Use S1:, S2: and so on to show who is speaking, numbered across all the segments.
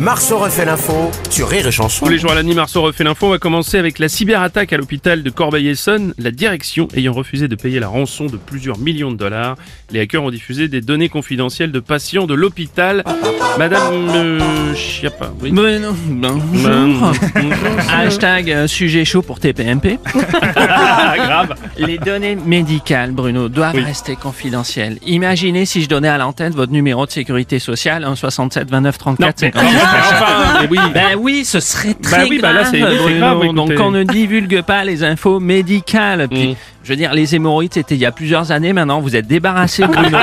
S1: Marceau refait l'info sur Rire et Chanson.
S2: Tous les jours à la nuit, Marceau refait l'info. On va commencer avec la cyberattaque à l'hôpital de Corbeil-Essonne. La direction ayant refusé de payer la rançon de plusieurs millions de dollars, les hackers ont diffusé des données confidentielles de patients de l'hôpital. Madame euh, Chiappa, oui.
S3: Ben non, ben,
S2: Ben,
S3: Hashtag euh, sujet chaud pour TPMP.
S2: ah, grave.
S3: Les données médicales, Bruno, doivent
S2: Oui.
S3: rester confidentielles. Imaginez si je donnais à l'antenne votre numéro de sécurité sociale, 1 67 29
S2: Non,
S3: 34
S2: mais,
S3: 50.
S2: enfin, mais oui.
S3: Ben oui, ce serait très
S2: Bah oui, bah
S3: grave,
S2: là, c'est- c'est
S3: Bruno.
S2: grave, écoutez.
S3: Donc on ne divulgue pas les infos médicales. Puis,
S2: Mm.
S3: je veux dire, les hémorroïdes, c'était il y a plusieurs années maintenant. Vous êtes débarrassé, Bruno.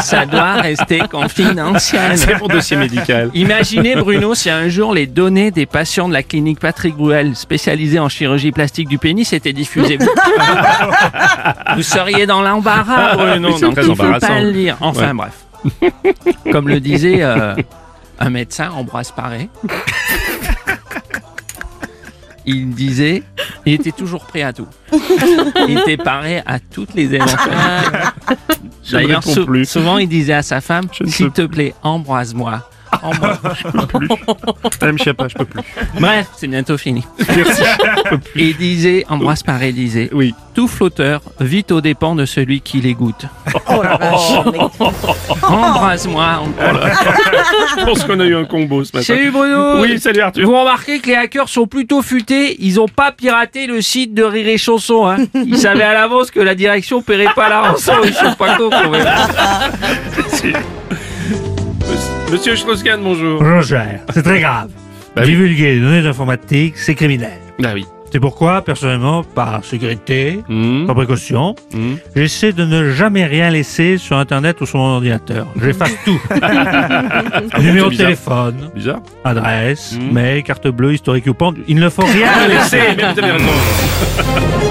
S3: Ça doit rester confidentiel.
S2: C'est pour dossier médical.
S3: Imaginez, Bruno, si un jour les données des patients de la clinique Patrick Bruel, spécialisée en chirurgie plastique du pénis, étaient diffusées. Vous, vous seriez dans l'embarras, Bruno.
S2: Oui, c'est
S3: donc
S2: très
S3: il faut
S2: embarrassant.
S3: pas le lire. Enfin,
S2: Ouais.
S3: bref. Comme le disait euh, un médecin, Ambroise Paré, il disait, il était toujours prêt à tout. Il était paré à toutes les éventualités.
S2: Ah, Je ne
S3: D'ailleurs,
S2: réponds
S3: sou-
S2: plus.
S3: souvent, il disait à sa femme,
S2: ne
S3: s'il
S2: peux
S3: te plaît, embrasse-moi. Embrasse-moi.
S2: Madame Chiappa, je peux plus.
S3: Bref, c'est bientôt fini.
S2: Merci.
S3: Et disait, embrasse par disait,
S2: Oui.
S3: tout flotteur vit aux dépens de celui qui l'égoutte.
S2: Oh.
S3: Embrasse-moi.
S2: Je pense qu'on a eu un combo ce matin.
S3: Salut Bruno.
S2: Oui, salut Arthur.
S3: Vous remarquez que les hackers sont plutôt futés, ils ont pas piraté le site de Rire et Chanson. Hein. Ils savaient à l'avance que la direction paierait pas la rançon, ils sont pas cons quand même.
S2: Monsieur Schroskan, bonjour.
S4: Roger, c'est très grave.
S2: Bah oui.
S4: Divulguer les données informatiques, c'est criminel.
S2: Ah oui.
S4: C'est pourquoi, personnellement, par sécurité,
S2: Hmm,
S4: par précaution,
S2: hmm.
S4: j'essaie de ne jamais rien laisser sur Internet ou sur mon ordinateur. J'efface tout. Numéro de
S2: Ah, bizarre.
S4: téléphone,
S2: Bizarre.
S4: adresse,
S2: Mm.
S4: mail, carte bleue, historique ou pente, il ne faut rien
S2: Ah, laissez, mais vous avez raison.